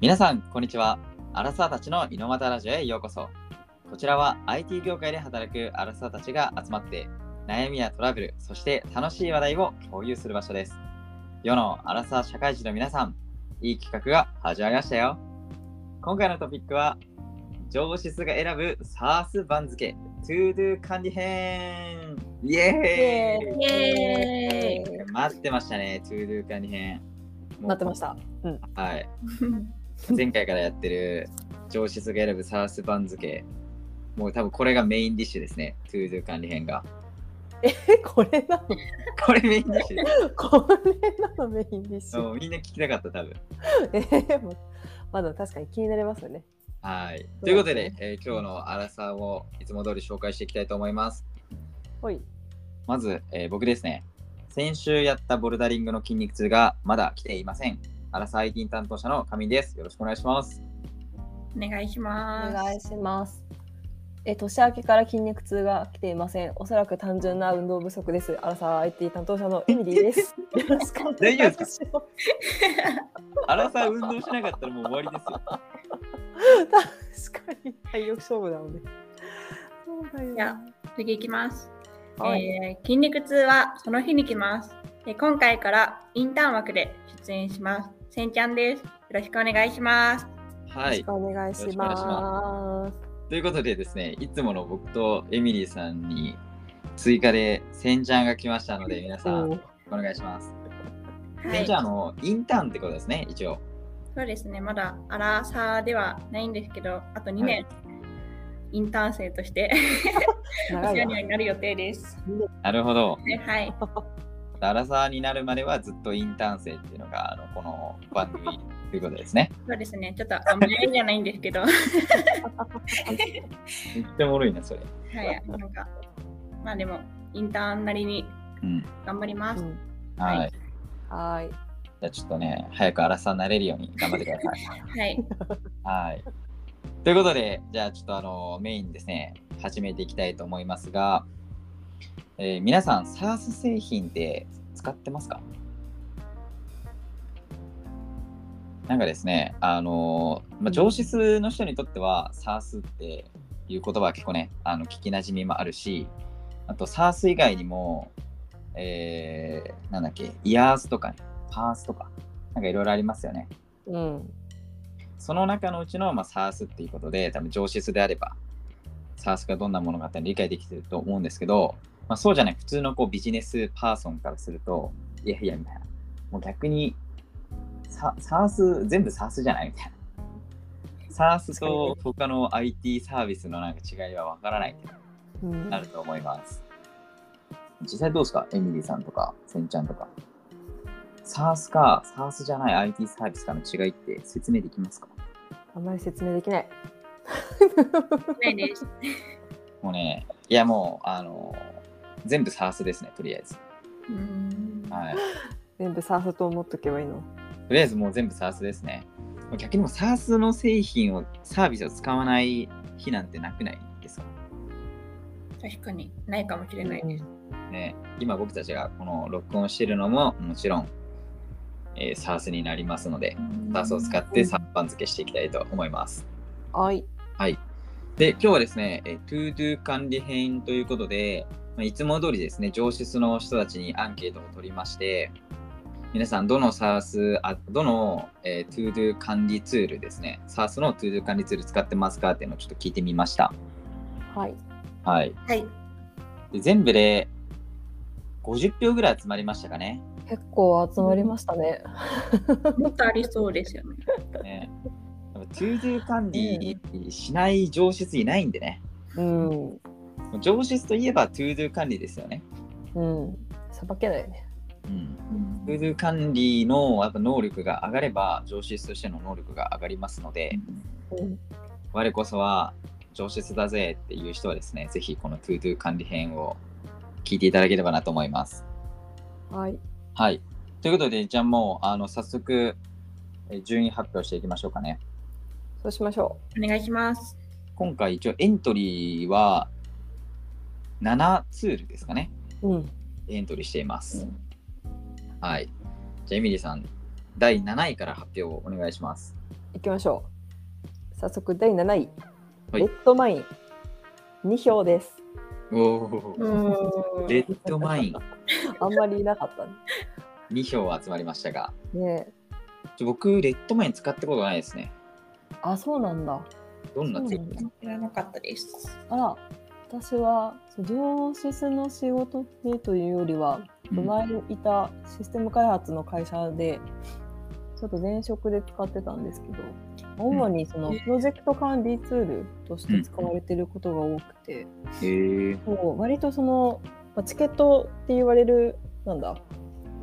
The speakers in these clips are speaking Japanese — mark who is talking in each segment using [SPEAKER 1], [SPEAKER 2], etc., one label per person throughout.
[SPEAKER 1] 皆さん、こんにちは。アラサーたちの井の股ラジオへようこそ。こちらは IT 業界で働くアラサーたちが集まって、悩みやトラブル、そして楽しい話題を共有する場所です。世のアラサー社会人の皆さん、いい企画が始まりましたよ。今回のトピックは、上司が選ぶ SARS 番付、ToDo 管理編イエーイ
[SPEAKER 2] イエーイ
[SPEAKER 1] 待ってましたね、ToDo 管理編。もう
[SPEAKER 2] なってました。
[SPEAKER 1] はい。前回からやってる上司が選ぶサース番付もう多分これがメインディッシュですね To Do 管理編が
[SPEAKER 2] え、これなの
[SPEAKER 1] これメインディッシュです
[SPEAKER 2] これなのメインディッ シュ。
[SPEAKER 1] そうみんな聞きたかった多分
[SPEAKER 2] えーもうまだ確かに気になりますよね。
[SPEAKER 1] はいということで、えー今日のアラサーをいつも通り紹介していきたいと思います
[SPEAKER 2] ほい。
[SPEAKER 1] まず、えー僕ですね先週やったボルダリングの筋肉痛がまだ来ていませんアラサー IT 担当者の上井ですよろしくお願いします
[SPEAKER 3] お願いし
[SPEAKER 2] お
[SPEAKER 3] ます。
[SPEAKER 2] 願いします。え、年明けから筋肉痛が来ていません。おそらく単純な運動不足です。アラサー IT 担当者のエミリーです。よろしくお願いし
[SPEAKER 1] 大丈夫で
[SPEAKER 2] ます。
[SPEAKER 1] アラサー運動しなかったらもう終わりですよ
[SPEAKER 2] 確かに体力勝負なので。そうだよ。
[SPEAKER 3] いや次いきます、
[SPEAKER 2] はい。
[SPEAKER 3] えー筋肉痛はその日に来ます。で今回からインターン枠で出演します。せんちゃんです。よろしくお願いします。
[SPEAKER 1] はい
[SPEAKER 2] よろしくお願いし
[SPEAKER 1] よろしくお
[SPEAKER 2] ます。
[SPEAKER 1] ということでですね、いつもの僕とエミリーさんに追加でセンジャンが来ましたので、皆さん
[SPEAKER 2] お
[SPEAKER 1] お
[SPEAKER 2] ー
[SPEAKER 1] 願いします。
[SPEAKER 3] は
[SPEAKER 1] セン
[SPEAKER 3] い、
[SPEAKER 1] ジ
[SPEAKER 3] そ
[SPEAKER 1] ャンのインターンってことですね、一応。
[SPEAKER 3] うですね、まだアラサーではないんですけど、あと2
[SPEAKER 1] はい
[SPEAKER 3] 年、インターン生としてお
[SPEAKER 2] 長
[SPEAKER 3] 世
[SPEAKER 2] い
[SPEAKER 3] 話
[SPEAKER 2] な。
[SPEAKER 3] になる予定です。
[SPEAKER 1] なるほど。
[SPEAKER 3] ねはい、
[SPEAKER 1] アラサーになるまではずっとインターン生っていうのが、あのこの番組ということですね。
[SPEAKER 3] そうですね、ちょっとあんまりじゃないんですけ ど、はい、
[SPEAKER 1] めっちゃおもろいな、それ。
[SPEAKER 3] なんか、まあでも、インターンなりに
[SPEAKER 1] うん。
[SPEAKER 3] 頑張りま
[SPEAKER 2] う
[SPEAKER 3] す。
[SPEAKER 2] ん
[SPEAKER 1] はい。
[SPEAKER 3] は
[SPEAKER 1] じ
[SPEAKER 2] はい。
[SPEAKER 1] ゃあちょっとね、早くアラサーになれるように頑張ってください。
[SPEAKER 3] はい、
[SPEAKER 1] はい。ということで、じゃあちょっとあのメインですね、始めていきたいと思いますが、えー皆さん、サース製品って使ってますかなんかですね、あのーまあ、上司数の人にとっては、サースっていう言葉は結構ね、あの聞きなじみもあるし、あと、サース以外にも、えーなんだっけ、イヤースとか、ね、パースとか、なんかいろいろありますよね。
[SPEAKER 2] うん。
[SPEAKER 1] その中のうちの、まあ、SARS っていうことで、多分上質であれば、SARS がどんなものかって理解できてると思うんですけど、まあ、そうじゃない、普通のこうビジネスパーソンからすると、いやいや、みたいな。もう逆に、さ SARS、全部 SARS じゃないみたいな。SARS と他の IT サービスのなんか違いはわからないって
[SPEAKER 2] うん
[SPEAKER 1] なると思います。実際どうですかエミリーさんとか、センちゃんとか。SARS か SARS じゃない IT サービスかの違いって説明できますか
[SPEAKER 2] あんまり説明できない。
[SPEAKER 3] な いです。
[SPEAKER 1] もうね、いやもう、あの全部 SARS ですね、とりあえず。
[SPEAKER 3] うん
[SPEAKER 1] はい。
[SPEAKER 2] 全部サーフと思っとけばいいの。
[SPEAKER 1] とりあえずもう全部 SARS ですね。もう逆にもう SARS の製品を、サービスを使わない日なんてなくないですか
[SPEAKER 3] 確かにないかもしれない。
[SPEAKER 2] うん
[SPEAKER 1] ね。今僕たちがこの録音してるのも、もちろん、えー、SARS になりますので、SARS を使っ
[SPEAKER 2] う
[SPEAKER 1] て
[SPEAKER 2] ん
[SPEAKER 1] 3番付けしていきたいと思います。
[SPEAKER 2] はい。
[SPEAKER 1] はい。で、今日はですね、えー To Do 管理編ということで、まあいつも通りですね、上質の人たちにアンケートを取りまして、皆さん、どの SARS、あどの、えー、To Do 管理ツールですね、SARS の To Do 管理ツール使ってますかっていうのをちょっと聞いてみました。
[SPEAKER 2] はい。
[SPEAKER 1] はい。
[SPEAKER 3] はい。
[SPEAKER 1] で全部で50票ぐらい集まりましたかね。
[SPEAKER 2] 結構集まりましたね。
[SPEAKER 3] もっとありそうですよね。
[SPEAKER 1] ね To Do 管理しない上質いないんでね、
[SPEAKER 2] うん。
[SPEAKER 1] 上質といえば To Do 管理ですよね。
[SPEAKER 2] うん。さばけないね。
[SPEAKER 1] うんルール管理のやっぱ能力が上がれば上司としての能力が上がりますので、
[SPEAKER 2] うん。
[SPEAKER 1] 我こそは上司だぜっていう人はですねぜひこの To Do 管理編を聞いていただければなと思います
[SPEAKER 2] はい。
[SPEAKER 1] はいということでじゃあもうあの早速えー順位発表していきましょうかね
[SPEAKER 2] そうしましょ
[SPEAKER 3] お願いします。
[SPEAKER 1] 今回一応エントリーは7ツールですかね
[SPEAKER 2] う。うん。
[SPEAKER 1] エントリーしています、はいじゃあエミリーさん第7位から発表をお願いします
[SPEAKER 2] いきましょう。早速第7位、
[SPEAKER 1] はい
[SPEAKER 2] レッドマイン2票です。
[SPEAKER 1] おお。レッドマイン
[SPEAKER 2] あんまりいなかったね
[SPEAKER 1] 2票集まりましたが、
[SPEAKER 2] ねえ。
[SPEAKER 1] ちょ僕、レッドマイン使ったことないですね。
[SPEAKER 2] あ、そうなんだ。
[SPEAKER 1] どんなツイ
[SPEAKER 2] そう
[SPEAKER 1] ー
[SPEAKER 2] なんだ
[SPEAKER 1] ト
[SPEAKER 3] 知らなかったです。
[SPEAKER 2] あら、私はそう上シスの仕事でというよりは、前にいたシステム開発の会社で、ちょっと前職で使ってたんですけど、主にその
[SPEAKER 3] うん
[SPEAKER 2] プロジェクト管理ツールとして使われてることが多くて、
[SPEAKER 1] へえ。
[SPEAKER 2] そう割とその、まあチケットって言われる、なんだ、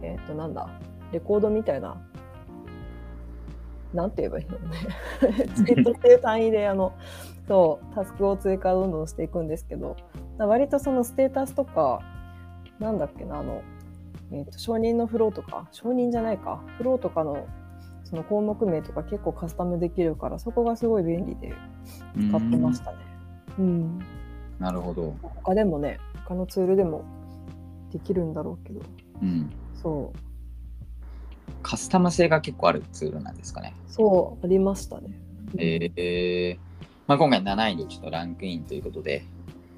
[SPEAKER 2] えっ、と、なんだ、レコードみたいな、なんて言えばいいのね。 チケットっていう単位で、あの、そう、タスクを追加どんどんしていくんですけど、割とそのステータスとか、なんだっけな、あの、えっ、と、承認のフローとか、承認じゃないか、フローとかの、その項目名とか結構カスタムできるから、そこがすごい便利で使ってましたね。う
[SPEAKER 1] う
[SPEAKER 2] ん
[SPEAKER 1] んなるほど。
[SPEAKER 2] 他でもね他のツールでもできるんだろうけど
[SPEAKER 1] うん。
[SPEAKER 2] そう
[SPEAKER 1] カスタム性が結構あるツールなんですかね。
[SPEAKER 2] そうありましたね
[SPEAKER 1] へえ。まあ、今回7位にちょっとランクインということで、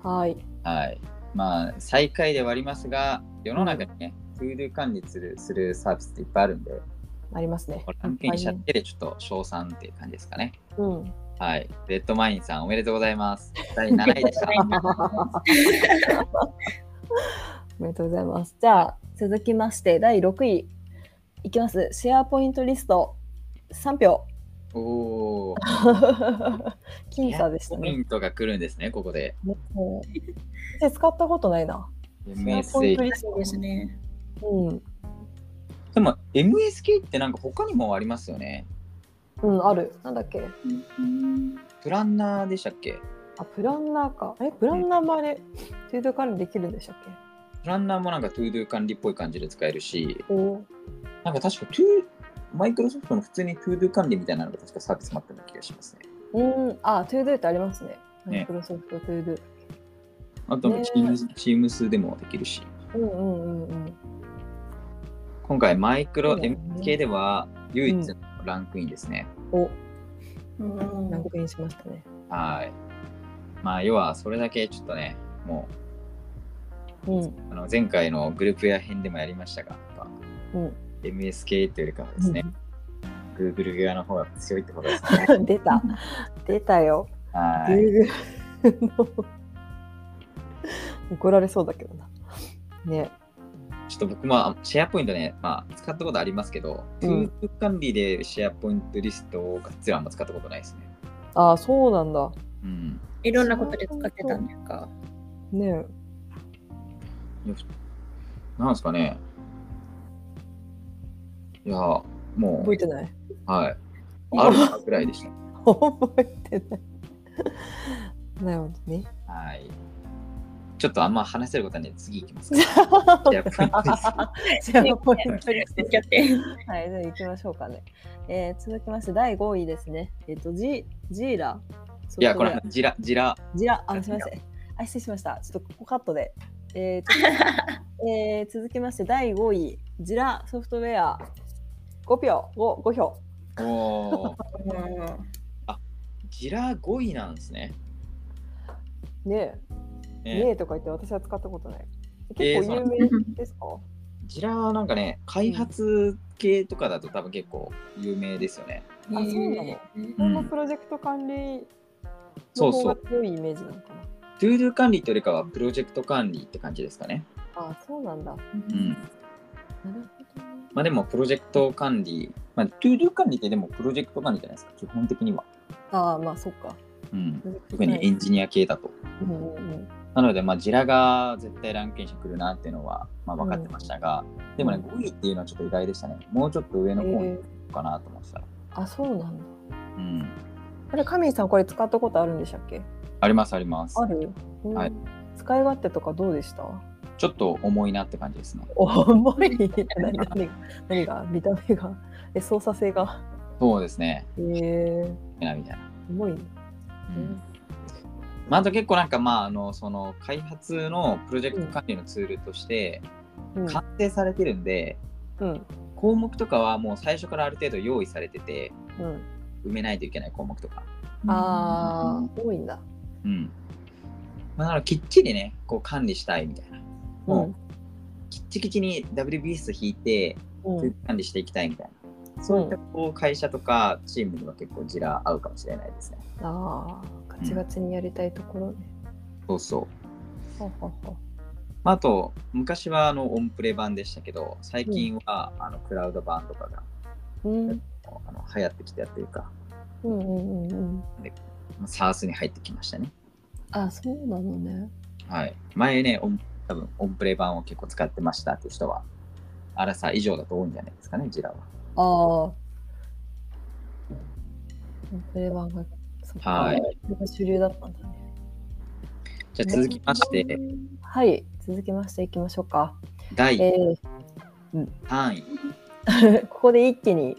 [SPEAKER 2] はい
[SPEAKER 1] はい。まあ、最下位ではありますが、世の中にね、ツール管理するするサービスっていっぱいあるんで、
[SPEAKER 2] ありますね
[SPEAKER 1] ランクインしただけでちょっと賞賛っていう感じですかね。
[SPEAKER 2] うん
[SPEAKER 1] はい。レッドマインさん、おめでとうございます。第7位でした。
[SPEAKER 2] おめでとうございますじゃあ続きまして第6位いきますシェアポイントリスト3票
[SPEAKER 1] おお。
[SPEAKER 2] 僅差でした
[SPEAKER 1] ポイ
[SPEAKER 2] ね
[SPEAKER 1] ントが来るんですね、ここで。
[SPEAKER 2] もう使ったことないなシェアポイ
[SPEAKER 1] MSK
[SPEAKER 2] ント。リス
[SPEAKER 3] そうですね。
[SPEAKER 2] トうん
[SPEAKER 1] でも、MSK ってなんか他にもありますよね。
[SPEAKER 2] うんあるなんだっけ
[SPEAKER 1] プランナーでしたっけ
[SPEAKER 2] あプランナーかえプランナーもあれトゥードゥ管理できるんでしたっけ
[SPEAKER 1] プランナーもなんか ToDo 管理っぽい感じで使えるし、
[SPEAKER 2] おー
[SPEAKER 1] なんか確か To マイクロソフトの普通に ToDo 管理みたいなのが確かサービスもあったような気がしますね。
[SPEAKER 2] うん、あ、トゥードゥってありますね。マ
[SPEAKER 1] ね
[SPEAKER 2] イクロソフトトゥードゥ。
[SPEAKER 1] あと
[SPEAKER 2] ね
[SPEAKER 1] Teams、Teams でもできるし。
[SPEAKER 2] うんうんうんうん。
[SPEAKER 1] 今回マイクロ
[SPEAKER 2] そうだよね
[SPEAKER 1] MSK では唯一のランクインですね。
[SPEAKER 2] お、
[SPEAKER 3] うん
[SPEAKER 2] ランクインしましたね。
[SPEAKER 1] はい。まあ、要はそれだけちょっとね、も
[SPEAKER 2] うん。
[SPEAKER 1] うあの前回のグループや編でもやりましたが、やっぱ
[SPEAKER 2] うん
[SPEAKER 1] MSK というよりかはですね、Google 側の方が強いってことですね。
[SPEAKER 2] 出た。出たよ。
[SPEAKER 1] はい。
[SPEAKER 2] Google の。 怒られそうだけどな。ね。
[SPEAKER 1] ちょっと僕もあシェアポイントね、まあ、使ったことありますけど、
[SPEAKER 2] う
[SPEAKER 1] うんん、管理でシェアポイントリストをがっつりあんま使ったことないですね。
[SPEAKER 2] あ、そうなんだ。
[SPEAKER 1] うん。
[SPEAKER 3] いろんなことで使ってたんですか。
[SPEAKER 2] ね。
[SPEAKER 1] よしなんですかね。いや、も
[SPEAKER 2] 覚え
[SPEAKER 1] う、
[SPEAKER 2] てない。
[SPEAKER 1] はい。あるなぐらいでした。
[SPEAKER 2] 覚えてない。なるほどね。
[SPEAKER 1] はい。ちょっとあんま話せることはね、次行きますか。
[SPEAKER 2] じ
[SPEAKER 1] シェアポイントリス ト。
[SPEAKER 2] ゃあ、ポイントリスト
[SPEAKER 3] やっちゃって。
[SPEAKER 2] はい、じゃあ行きましょうかね。えー続きまして第5位ですね。えっ、と、ジジーラ。
[SPEAKER 1] いや、こ
[SPEAKER 2] ソフ
[SPEAKER 1] れ
[SPEAKER 2] トウェ、
[SPEAKER 1] ジラ、ジラ。
[SPEAKER 2] アジラ、あ、すみません。あ、失礼しました。ちょっとここカットで。えーちょっ とえー続きまして第5位、ジラソフトウェア5票、5, 5票。
[SPEAKER 1] おー
[SPEAKER 3] うん
[SPEAKER 1] ジラ5位なんですね。
[SPEAKER 2] ねえ、
[SPEAKER 1] ね
[SPEAKER 2] ねえとか言って私は使ったことない。
[SPEAKER 1] えー
[SPEAKER 2] 結構有
[SPEAKER 3] そうなん
[SPEAKER 2] 名ですか、
[SPEAKER 1] ジラはなんかね、開発系とかだと多分結構有名ですよね。
[SPEAKER 2] あそうなの
[SPEAKER 3] へー
[SPEAKER 2] このプロジェクト管理
[SPEAKER 1] そ
[SPEAKER 2] の
[SPEAKER 1] う
[SPEAKER 2] 方
[SPEAKER 1] そ
[SPEAKER 2] が
[SPEAKER 1] う。
[SPEAKER 2] 強いイメージなのかな。
[SPEAKER 1] トゥードゥ管理というよりかはプロジェクト管理って感じですかね。
[SPEAKER 2] あ、そうなんだ。な
[SPEAKER 1] うん。
[SPEAKER 2] るほどね。
[SPEAKER 1] まあでもプロジェクト管理、まあトゥードゥ管理ってでもプロジェクト管理じゃないですか、基本的には。
[SPEAKER 2] ああ、まあそっか。
[SPEAKER 1] うん。特にエンジニア系だと。
[SPEAKER 2] うんうんうん
[SPEAKER 1] なので、まあ、ジラが絶対ランクインしてくるなっていうのは、まあ、分かってましたが、でもね、5位っていうのはちょっと意外でしたね。もうちょっと上の方に行くかなと思ってたら。
[SPEAKER 2] あ、そうなんだ。
[SPEAKER 1] うん。
[SPEAKER 2] あれ、神井さん、これ使ったことあるんでしたっけ
[SPEAKER 1] あります、あります。
[SPEAKER 2] る、うん
[SPEAKER 1] はい
[SPEAKER 2] 使い勝手とかどうでした
[SPEAKER 1] ちょっと重いなって感じですね。
[SPEAKER 2] 重い 何が何が見た目がえ操作性が
[SPEAKER 1] そうですね。
[SPEAKER 2] えー、
[SPEAKER 1] みたいなみたいな。
[SPEAKER 2] 重いね
[SPEAKER 1] う
[SPEAKER 2] うん
[SPEAKER 1] ん。まあ、あと結構なんか、まあ、あの、その、開発のプロジェクト管理のツールとして、
[SPEAKER 2] うん
[SPEAKER 1] 完成されてるんで、
[SPEAKER 2] うん
[SPEAKER 1] 項目とかはもう最初からある程度用意されてて、
[SPEAKER 2] うん
[SPEAKER 1] 埋めないといけない項目とか。
[SPEAKER 2] ああ、多いんだ。
[SPEAKER 1] うん。まあ、だからきっちりね、こう管理したいみたいな。もう、きっちきちに WB 数引いて、
[SPEAKER 2] うん。うん
[SPEAKER 1] 管理していきたいみたいな。そういったこう会社とかチームには結構じら合うかもしれないですね。
[SPEAKER 2] ああ、ガチガチにやりたいところね。
[SPEAKER 1] そうそう。
[SPEAKER 2] ほうほうほう
[SPEAKER 1] あと、昔はあのオンプレ版でしたけど、最近はあのクラウド版とかが
[SPEAKER 2] うん
[SPEAKER 1] あの流行ってきたというか、
[SPEAKER 2] うんうんうんうん。
[SPEAKER 1] サースに入ってきましたね。
[SPEAKER 2] ああ、そうなのね。
[SPEAKER 1] はい、前ね、オン多分オンプレ版を結構使ってましたっていう人は、アラサー以上だと多いんじゃないですかね、ジラは。
[SPEAKER 2] ああ。プレバンが、そっか
[SPEAKER 1] はい。
[SPEAKER 2] それが主流だったんだね。
[SPEAKER 1] じゃあ続きまして、
[SPEAKER 2] はい、続きましていきましょうか。
[SPEAKER 1] 第
[SPEAKER 2] え
[SPEAKER 1] 3位。
[SPEAKER 2] ーここで一気に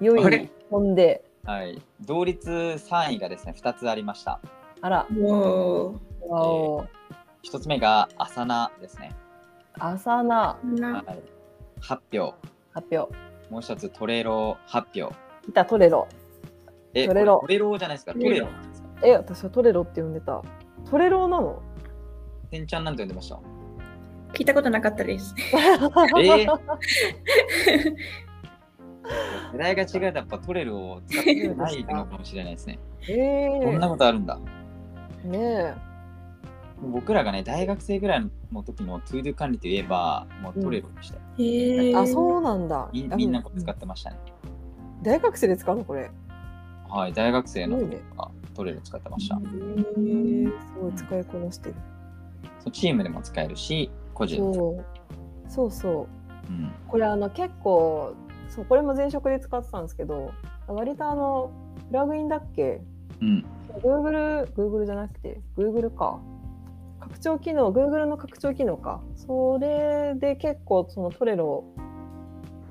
[SPEAKER 2] 良
[SPEAKER 1] あ
[SPEAKER 2] い
[SPEAKER 1] れ
[SPEAKER 2] 飛んで、
[SPEAKER 1] はい、同率3位がですね、2つありました。
[SPEAKER 2] あら、
[SPEAKER 3] おー
[SPEAKER 2] わお、
[SPEAKER 1] 1つ目が、アサナですね。
[SPEAKER 2] 朝な
[SPEAKER 3] こん
[SPEAKER 1] は、
[SPEAKER 3] ない
[SPEAKER 1] 8票。
[SPEAKER 2] 発表。
[SPEAKER 1] もう1つ、トレロ8票。
[SPEAKER 2] 来たトレロ。
[SPEAKER 1] え
[SPEAKER 2] トレロ
[SPEAKER 1] これトレロじゃないですか、ト
[SPEAKER 3] トレ
[SPEAKER 1] レ
[SPEAKER 3] ロ
[SPEAKER 1] ロなんですか。
[SPEAKER 2] え、私はトレロって呼んでた。トレロなの
[SPEAKER 1] てんちゃんなんて呼んでました
[SPEAKER 3] 聞いたことなかったです。
[SPEAKER 1] えー世代が違うとやっぱトレロを使ってないのかもしれないですね。
[SPEAKER 2] えー
[SPEAKER 1] こんなことあるんだ。
[SPEAKER 2] ねえ。
[SPEAKER 1] 僕らがね、大学生ぐらいの時のトゥードゥ管理といえば、もうトレロでしたよ、
[SPEAKER 3] へー
[SPEAKER 2] あ、そうなんだ。
[SPEAKER 1] みん
[SPEAKER 2] あ
[SPEAKER 1] みんなこれ使
[SPEAKER 2] う
[SPEAKER 1] ってましたね。
[SPEAKER 2] 大学生で使うのこれ。
[SPEAKER 1] はい、大学生の時とかトレロ使ってました。
[SPEAKER 2] えー、すごい使いこなしてる。
[SPEAKER 1] そうチームでも使えるし、個人でも。
[SPEAKER 2] そうそうそう。
[SPEAKER 1] うん
[SPEAKER 2] これあの結構そうこれも前職で使ってたんですけど割とあのプラグインだっけ
[SPEAKER 1] うん
[SPEAKER 2] Google, Google じゃなくて Google か拡張機能 Google の拡張機能かそれで結構そのトレロ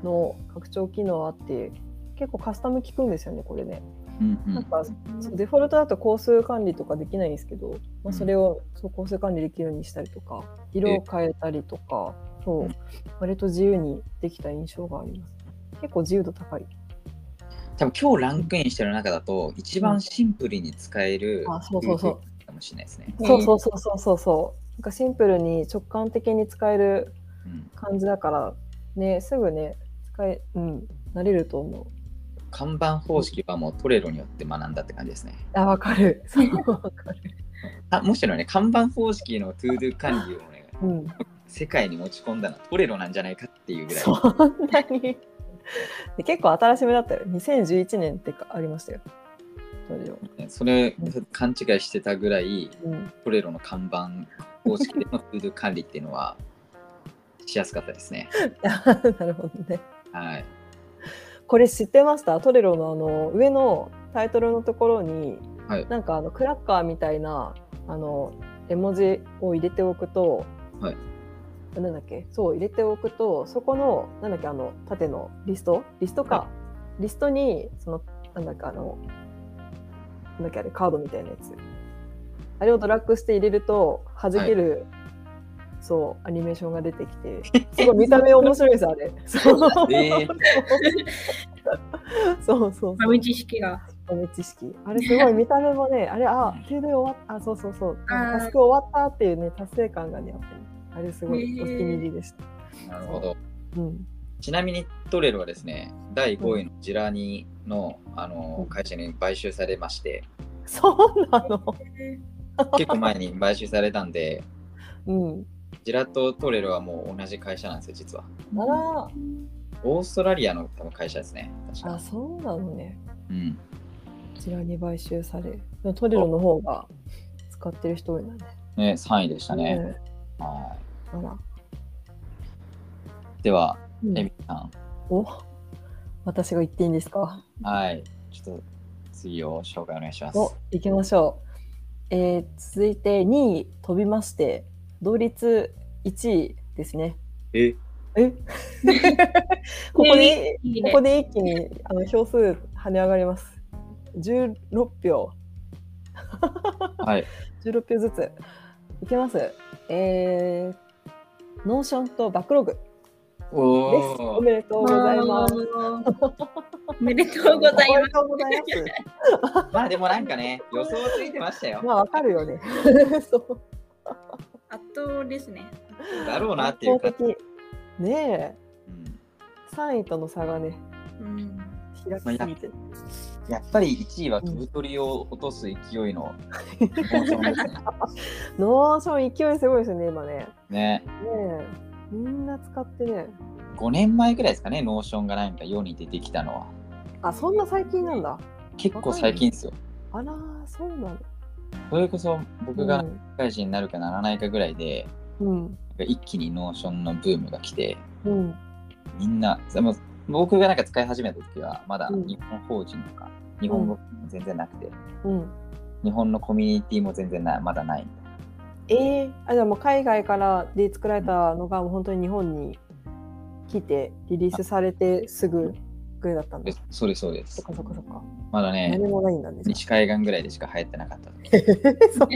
[SPEAKER 2] の拡張機能あって結構カスタム効くんですよねこれね、
[SPEAKER 1] うんう
[SPEAKER 2] な
[SPEAKER 1] ん
[SPEAKER 2] んかそうデフォルトだと工数管理とかできないんですけど、まあ、それをそう工数管理できるようにしたりとか色を変えたりとかそううん割と自由にできた印象があります結構自由度高い
[SPEAKER 1] 多分今日ランクインしてる中だと、一番シンプルに使える
[SPEAKER 2] あそうそうそう
[SPEAKER 1] トゥードゥかもしれないですね。
[SPEAKER 2] そうそうそうそうそうそうなんかシンプルに直感的に使える
[SPEAKER 1] うん
[SPEAKER 2] 感じだからねすぐね使いうん慣れると思う
[SPEAKER 1] 看板方式はもうトレロによって学んだって感じですね。
[SPEAKER 2] あわかるそう わかる
[SPEAKER 1] あむしろね、看板方式のトゥードゥ管理をね、
[SPEAKER 2] うん
[SPEAKER 1] 世界に持ち込んだのはトレロなんじゃないかっていうぐらい。
[SPEAKER 2] そんなにで結構新しめだったよ2011年ってかありましたよそれを
[SPEAKER 1] ねそれ勘違いしてたぐらい
[SPEAKER 2] うん
[SPEAKER 1] トレロの看板方式でのフード管理っていうのはしやすかったですね。
[SPEAKER 2] あなるほどね
[SPEAKER 1] はい。
[SPEAKER 2] これ知ってましたトレロのあの上のタイトルのところに、
[SPEAKER 1] はい
[SPEAKER 2] なんかあのクラッカーみたいなあの絵文字を入れておくと、
[SPEAKER 1] はい
[SPEAKER 2] なんだっけそう入れておくとそこのなんだっけあの縦のリストリストか、
[SPEAKER 1] は
[SPEAKER 2] リストにそのなんだっけあのなんだっけあれカードみたいなやつあれをドラッグして入れると弾ける、そうアニメーションが出てきてすごい見た目面白いですあれ。 そう
[SPEAKER 1] えー
[SPEAKER 2] そうそうそう。
[SPEAKER 3] 豆知識が。
[SPEAKER 2] 豆知識。あれすごい見た目もね、あれ、あ、急で終わった、あ、そうそうそう。
[SPEAKER 3] あー
[SPEAKER 2] タスク終わったっていうね、達成感がね、あってね、あれすごい
[SPEAKER 3] ね
[SPEAKER 2] お
[SPEAKER 3] ー
[SPEAKER 2] 気に入りでした。
[SPEAKER 1] なるほど。
[SPEAKER 2] うん。
[SPEAKER 1] ちなみにトレロはですね、第5位のジラニのあの会社に買収されまして、
[SPEAKER 2] そうなの。
[SPEAKER 1] 結構前に買収されたんで、
[SPEAKER 2] うん。
[SPEAKER 1] ジラとトレロはもう同じ会社なんですよ、実は。
[SPEAKER 2] あら、
[SPEAKER 1] オーストラリアの多分会社ですね。確
[SPEAKER 2] あ、
[SPEAKER 1] か。
[SPEAKER 2] そうなのね。
[SPEAKER 1] うん。
[SPEAKER 2] こちらに買収され。でもトレロの方が使ってる人多いんだね。
[SPEAKER 1] ね、3位でしたね。
[SPEAKER 2] う
[SPEAKER 1] は
[SPEAKER 2] んあら。
[SPEAKER 1] い。では、
[SPEAKER 2] うん
[SPEAKER 1] エミさん。
[SPEAKER 2] お私が言っていいんですか
[SPEAKER 1] はい。ちょっと次を紹介お願いします。
[SPEAKER 2] お行きましょう、えー続いて2位飛びまして同率1位ですね
[SPEAKER 1] え
[SPEAKER 2] えここで、
[SPEAKER 3] いい
[SPEAKER 2] こ
[SPEAKER 3] ね
[SPEAKER 2] こ。で一気にあの票数跳ね上がります16票
[SPEAKER 1] はい。
[SPEAKER 2] 16票ずついきますえーノーションとバックログ
[SPEAKER 1] お
[SPEAKER 2] です。おめでとうございます。
[SPEAKER 3] おめでとうござい
[SPEAKER 2] おめ
[SPEAKER 3] ま
[SPEAKER 2] でとうございます。
[SPEAKER 1] ーまあでもなんかね、予想ついてましたよ。
[SPEAKER 2] まあわかるよ ね。そう。
[SPEAKER 3] す。あとですね。
[SPEAKER 1] だろうなっていうか
[SPEAKER 2] 圧。倒的ね
[SPEAKER 1] うん
[SPEAKER 2] え、3位との差がね、
[SPEAKER 3] うん。
[SPEAKER 2] 開きすぎて。
[SPEAKER 1] やっぱり1位は飛ぶ鳥を落とす勢いの温存ですね。
[SPEAKER 2] ノーション勢いすごいですよね、今ね。
[SPEAKER 1] ね
[SPEAKER 2] ねえ、みんな使ってね。
[SPEAKER 1] 5年前ぐらいですかね、ノーションがなんか世に出てきたのは。
[SPEAKER 2] あ、そんな最近なんだ。
[SPEAKER 1] 結構最近ですよ。
[SPEAKER 2] あらー、そうなの。
[SPEAKER 1] それこそ僕が
[SPEAKER 2] うん
[SPEAKER 1] 社会人になるかならないかぐらいで、
[SPEAKER 2] うん。
[SPEAKER 1] 一気にノーションのブームが来て、
[SPEAKER 2] うん。
[SPEAKER 1] みんな、でも僕がなんか使い始めた時は、まだ
[SPEAKER 2] うん
[SPEAKER 1] 日本法人とか、日本語も全然なくて、
[SPEAKER 2] うん。
[SPEAKER 1] 日本のコミュニティも全然なまだないみたいな。
[SPEAKER 2] えー、あじゃあもう海外からで作られたのがもう本当に日本に来てリリースされてすぐぐらいだったん
[SPEAKER 1] で
[SPEAKER 2] だ。
[SPEAKER 1] そうです、そうで
[SPEAKER 2] そ
[SPEAKER 1] す
[SPEAKER 2] っ。かそっかそっか。
[SPEAKER 1] まだね
[SPEAKER 2] 何、もないんだね。
[SPEAKER 1] 西海岸ぐらいでしか流行ってなかった。
[SPEAKER 2] そんな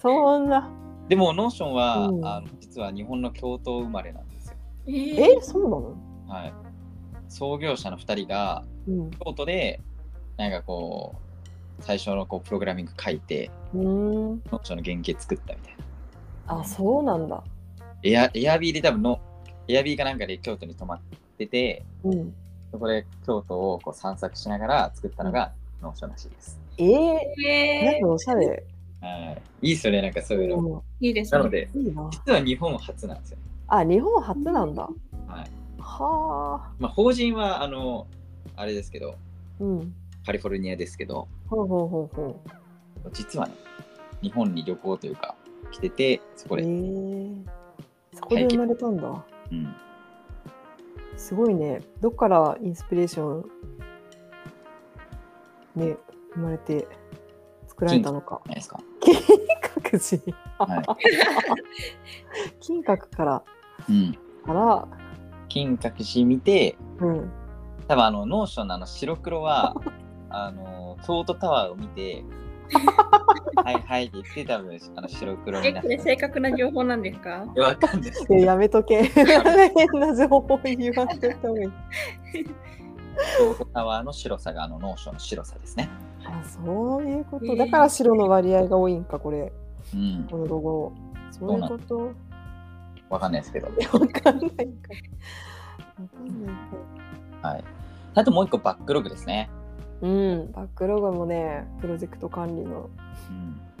[SPEAKER 2] そんな。
[SPEAKER 1] でも、ノーションは、
[SPEAKER 2] うん
[SPEAKER 1] あの実は日本の京都生まれなんですよ。
[SPEAKER 3] え
[SPEAKER 2] え
[SPEAKER 3] ー、
[SPEAKER 2] そうなの？
[SPEAKER 1] はい。創業者の2人が、
[SPEAKER 2] うん。
[SPEAKER 1] 京都で、なんかこう、最初のこうプログラミング書いて、
[SPEAKER 2] うーん。
[SPEAKER 1] ノーションの原型作ったみたいな。
[SPEAKER 2] あ、そうなんだ。
[SPEAKER 1] エアエアビーで多分の、エアビーかなんかで京都に泊まってて、
[SPEAKER 2] うん。
[SPEAKER 1] そこで京都をこう散策しながら作ったのがノーションらしいです。
[SPEAKER 2] えー、なん
[SPEAKER 3] え
[SPEAKER 2] かおしゃれ。
[SPEAKER 1] はい。いいっすよね、なんかそういうの。
[SPEAKER 2] う
[SPEAKER 3] ー、いいです
[SPEAKER 1] な
[SPEAKER 3] ね。
[SPEAKER 1] ので、
[SPEAKER 2] ん、いいな。
[SPEAKER 1] 実は日本初なんですよ。
[SPEAKER 2] あ、日本初なんだ。
[SPEAKER 1] はい。
[SPEAKER 2] はあ。
[SPEAKER 1] まあ、法人は、あの、あれですけど、
[SPEAKER 2] うん。
[SPEAKER 1] カリフォルニアですけど、
[SPEAKER 2] ほうほうほうほう。
[SPEAKER 1] 実はね、日本に旅行というか、来てて、そこ
[SPEAKER 2] え
[SPEAKER 1] で、
[SPEAKER 2] ー、そこで生まれたんだ。
[SPEAKER 1] うん。
[SPEAKER 2] すごいね。どっからインスピレーション、ね、生まれて作られたのか。
[SPEAKER 1] ないですか。
[SPEAKER 2] 金閣寺。
[SPEAKER 1] は
[SPEAKER 2] 金閣から、
[SPEAKER 1] い。うん。
[SPEAKER 2] から、
[SPEAKER 1] 金閣寺見て、
[SPEAKER 2] うん。
[SPEAKER 1] 多分あの、ノーションのあの白黒 は、あの、京都タワーを見て、はいはいって言って、多分あの白黒
[SPEAKER 3] え、
[SPEAKER 1] になっ
[SPEAKER 3] こ
[SPEAKER 1] て
[SPEAKER 3] れ。正確な情報なんですか
[SPEAKER 1] いやわかんないです
[SPEAKER 2] えやめとけ。変な情報言わんといた方がいい。
[SPEAKER 1] 京都タワーの白さがあのノーションの白さですね。
[SPEAKER 2] あ、そういうこ
[SPEAKER 3] え
[SPEAKER 2] と。
[SPEAKER 3] ー
[SPEAKER 2] だから白の割合が多いんか、これ。
[SPEAKER 1] うん。
[SPEAKER 2] このロゴ。そういうこと。
[SPEAKER 1] わかんないですけど。
[SPEAKER 2] わかんないか。わかんないか。
[SPEAKER 1] はい。あともう一個バックログですね。
[SPEAKER 2] うん。バックログもね、プロジェクト管理の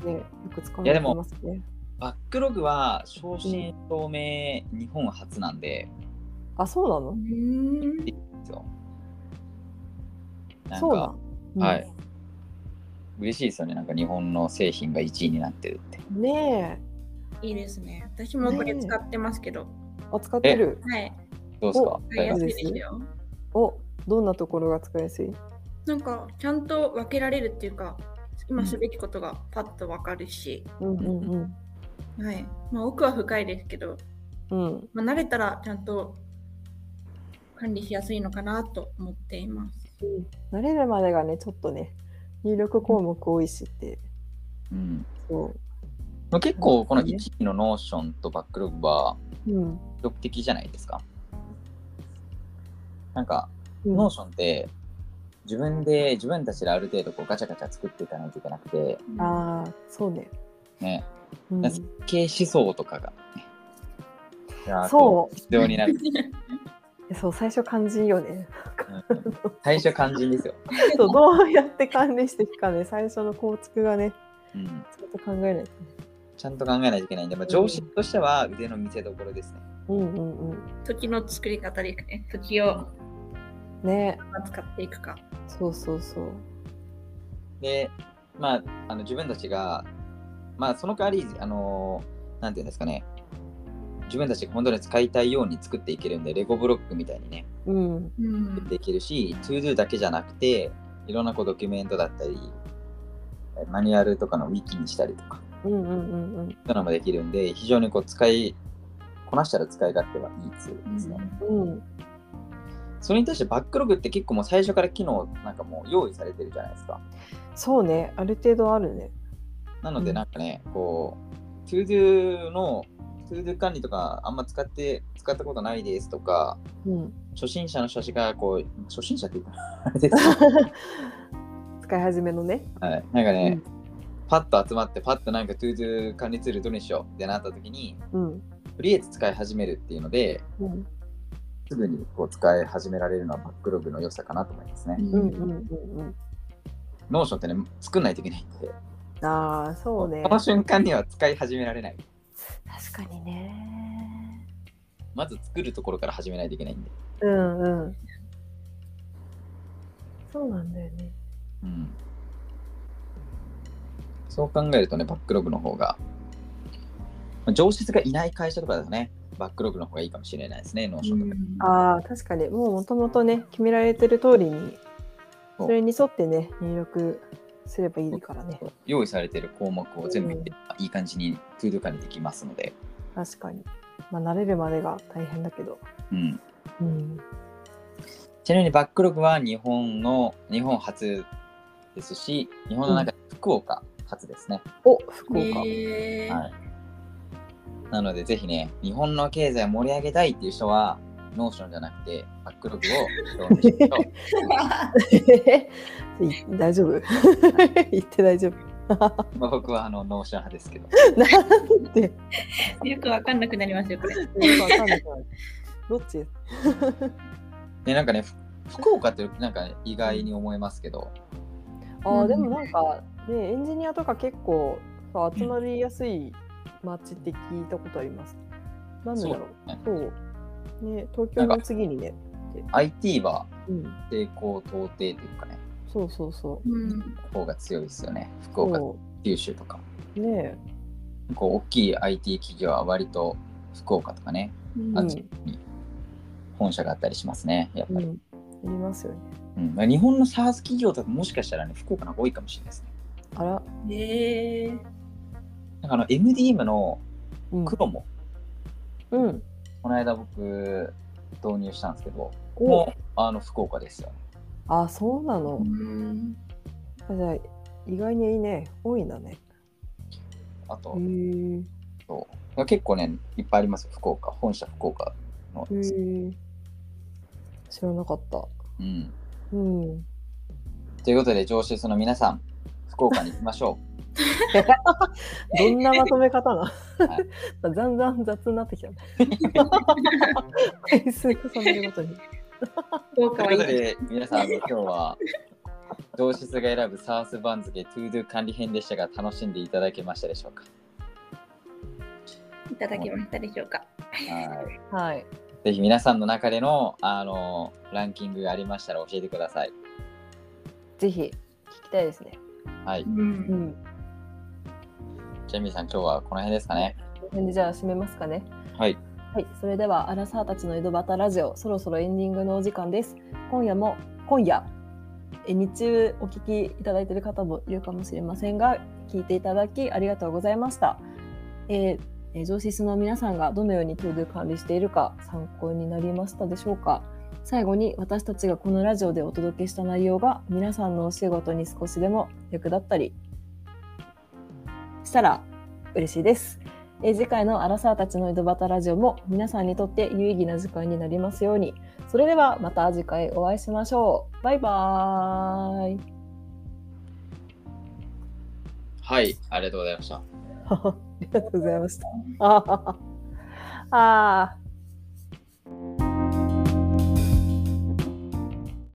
[SPEAKER 1] うん。
[SPEAKER 2] ね、よく使わ
[SPEAKER 1] いや
[SPEAKER 2] れ
[SPEAKER 1] で
[SPEAKER 2] て
[SPEAKER 1] も
[SPEAKER 2] ますね。
[SPEAKER 1] バックログは正真正銘日本初なんで、
[SPEAKER 2] あ、そうな
[SPEAKER 3] う
[SPEAKER 2] の
[SPEAKER 3] ーん。
[SPEAKER 1] ですよなん
[SPEAKER 2] そう
[SPEAKER 1] か
[SPEAKER 2] なん、
[SPEAKER 1] はい嬉しいですよね。なんか日本の製品が1位になってるって。
[SPEAKER 2] うんね
[SPEAKER 3] いいですね。私もこれ使ってますけど。
[SPEAKER 2] え、あ、使ってる。
[SPEAKER 3] はい。
[SPEAKER 1] どうですか
[SPEAKER 3] 使いや
[SPEAKER 1] はい
[SPEAKER 3] すいですよ。
[SPEAKER 2] お、どんなところが使いやすい
[SPEAKER 3] なんか、ちゃんと分けられるっていうか、今すべきことがパッと分かるし、
[SPEAKER 2] うんうん
[SPEAKER 3] はい。まあ、奥は深いですけど、
[SPEAKER 2] うん。うん。
[SPEAKER 3] まあ、慣れたらちゃんと管理しやすいのかなと思っています。
[SPEAKER 2] 慣れるまでがね、ちょっとね、入力項目多いしって、
[SPEAKER 1] うん。
[SPEAKER 2] そ
[SPEAKER 1] まあ結構この1位のノーションとバックログは
[SPEAKER 2] う。うん。
[SPEAKER 1] 魅力的じゃないですか。なんか
[SPEAKER 2] うん
[SPEAKER 1] ノーションって自分で自分たちである程度こうガチャガチャ作っていかないといけなくて、
[SPEAKER 2] ああ、そうね。
[SPEAKER 1] ね、
[SPEAKER 2] うん、
[SPEAKER 1] 設計思想とかが、ね、がこ
[SPEAKER 2] そう
[SPEAKER 1] 必要になる。
[SPEAKER 2] う、そう、最初肝心 よね。
[SPEAKER 1] うん最初肝心ですよ。
[SPEAKER 2] そう、どうやって管理していくかね、最初の構築がね、
[SPEAKER 1] うん、
[SPEAKER 2] ちょっと考えないと。
[SPEAKER 1] ちゃんと考えないといけないんで、まあ、上司としては腕の見せ所ですね。
[SPEAKER 2] うんうんうん。
[SPEAKER 3] 時の作り方ですね。時を
[SPEAKER 2] ね
[SPEAKER 3] 使っていくか。
[SPEAKER 2] そうそうそう。
[SPEAKER 1] で、まあ、あの自分たちが、まあ、その代わり、あのなんていうんですかね、自分たちが本当に使いたいように作っていけるんで、レゴブロックみたいにね、
[SPEAKER 2] うん。
[SPEAKER 3] うん。
[SPEAKER 1] できるし、トゥードゥだけじゃなくて、いろんなこうドキュメントだったり、マニュアルとかのウィキにしたりとか、
[SPEAKER 2] うんうんうんうん。
[SPEAKER 1] そういうのもできるんで、非常にこう使い、こなしたら使い勝手はいいツールですね。
[SPEAKER 2] うん、
[SPEAKER 1] それに対してバックログって結構もう最初から機能なんかもう用意されてるじゃないですか。
[SPEAKER 2] そうね、ある程度あるね。
[SPEAKER 1] なので
[SPEAKER 2] うん
[SPEAKER 1] なんかね、こう、トゥードゥのトゥードゥ管理とかあんま使って使ったことないですとか、
[SPEAKER 2] うん、
[SPEAKER 1] 初心者の人たちがこう、初心者って言ったら あれです
[SPEAKER 2] 使い始めのね。
[SPEAKER 1] はい、なんかね、
[SPEAKER 2] うん
[SPEAKER 1] パッと集まって、パッとなんかトゥードゥ管理ツールどれにしようってなった時に、
[SPEAKER 2] うん。
[SPEAKER 1] とりあえず使い始めるっていうので、
[SPEAKER 2] うん。
[SPEAKER 1] すぐにこう使い始められるのはバックログの良さかなと思いますね。
[SPEAKER 2] うん。うん。うん。
[SPEAKER 1] ノーションってね、作んないといけないんで、
[SPEAKER 2] うん。ああ、そうね。
[SPEAKER 1] この瞬間には使い始められない。
[SPEAKER 2] 確かにね。
[SPEAKER 1] まず作るところから始めないといけないんで。
[SPEAKER 2] うん。うん。そうなんだよね。
[SPEAKER 1] うん、そう考えるとね、バックログの方が、まあ上司がいない会社とかだとね、バックログの方がいいかもしれないですね、ノーションとか。
[SPEAKER 2] ああ、確かに。もうもともとね、決められてる通りに、
[SPEAKER 1] そう
[SPEAKER 2] それに沿ってね、入力すればいいからね。
[SPEAKER 1] 用意されてる項目を全部入れて、いい感じにトゥードゥ化にできますので、
[SPEAKER 2] 確かに。まあ、慣れるまでが大変だけど。
[SPEAKER 1] うん、
[SPEAKER 2] うん。
[SPEAKER 1] ちなみにバックログは日本の日本初ですし、日本の中で福岡初ですね。
[SPEAKER 2] お、福岡。
[SPEAKER 3] えー
[SPEAKER 1] はい、なので、ぜひね、日本の経済を盛り上げたいっていう人は、ノーションじゃなくて、バックログを導入してみよう
[SPEAKER 2] い大丈夫言って大丈夫
[SPEAKER 1] まあ僕はあのノーション派ですけど。
[SPEAKER 2] なんで
[SPEAKER 3] よくわかんなくなりますよ、これ。
[SPEAKER 2] よくわかんないどっち
[SPEAKER 1] で、なんかね、ふ福岡ってなんか意外に思いますけど、
[SPEAKER 2] あーでもなんか、ね、エンジニアとか結構さ集まりやすい街って聞いたことあります。なんでだろうそう,、ね。東京の次にね。
[SPEAKER 1] IT は
[SPEAKER 2] うん、
[SPEAKER 1] 成功到底というかね、
[SPEAKER 2] そうそうそう。
[SPEAKER 3] うん。
[SPEAKER 1] 方が強いですよね。福岡、
[SPEAKER 2] そ
[SPEAKER 1] 九州とか。
[SPEAKER 2] うね
[SPEAKER 1] こう大きい IT 企業は割と福岡とかね、
[SPEAKER 3] うん
[SPEAKER 1] あっちに本社があったりしますね、やっ
[SPEAKER 2] え、う
[SPEAKER 1] ぱ
[SPEAKER 2] ん、
[SPEAKER 1] り。
[SPEAKER 2] ありますよね。
[SPEAKER 1] うんまあ日本の SARS 企業とかもしかしたらね、福岡の方が多いかもしれないですね。
[SPEAKER 2] あら、
[SPEAKER 3] えー
[SPEAKER 1] なんかあの MDM の
[SPEAKER 2] うん、
[SPEAKER 1] 黒も、
[SPEAKER 2] うん、
[SPEAKER 1] この間僕導入したんですけど、
[SPEAKER 2] お
[SPEAKER 1] もうあの福岡ですよね。
[SPEAKER 2] あそうなの
[SPEAKER 3] う。ん
[SPEAKER 2] あじゃあ意外にいいね、多いんだね。
[SPEAKER 1] あと
[SPEAKER 2] へ、え。
[SPEAKER 1] そう結構ね、いっぱいありますよ、福岡、本社福岡の。
[SPEAKER 2] へえ。知らなかった。
[SPEAKER 1] うん、
[SPEAKER 2] うん。
[SPEAKER 1] ということで、上州その皆さん、福岡に行きましょ う。
[SPEAKER 2] どんなまとめ方 な。
[SPEAKER 1] い
[SPEAKER 2] だんだん雑になって きたね。回数重ねるごとに。
[SPEAKER 1] と
[SPEAKER 3] 効果
[SPEAKER 1] いう
[SPEAKER 3] は
[SPEAKER 1] こ
[SPEAKER 3] いい
[SPEAKER 1] と
[SPEAKER 3] で
[SPEAKER 1] で、皆さん、あの今日は、同室が選ぶサース番付、トゥードゥ管理編でしたが、楽しんでいただけましたでしょうか。
[SPEAKER 3] すいただけましたでしょうか。
[SPEAKER 1] はい
[SPEAKER 2] はい。
[SPEAKER 1] ぜひ皆さんの中での、あのランキングがありましたら教えてください。
[SPEAKER 2] ぜひ聞きたいですね。
[SPEAKER 1] はい。
[SPEAKER 3] うん
[SPEAKER 2] ん。
[SPEAKER 1] ジェミーさん、今日はこの辺ですかね。
[SPEAKER 2] この辺でじゃあ締めますかね。
[SPEAKER 1] はい。
[SPEAKER 2] はい、それではアラサーたちの井戸端ラジオ、そろそろエンディングのお時間です。今夜も今夜え日中お聞きいただいている方もいるかもしれませんが、聞いていただきありがとうございました。えーえー上司室の皆さんがどのように共同管理しているか参考になりましたでしょうか。最後に私たちがこのラジオでお届けした内容が皆さんのお仕事に少しでも役立ったりしたら嬉しいです。えー次回のアラサーたちの井戸端ラジオも皆さんにとって有意義な時間になりますように。それではまた次回お会いしましょう。バイバーイ。
[SPEAKER 1] はい、ありがとうございました。
[SPEAKER 2] ありがとうございました。あーあー。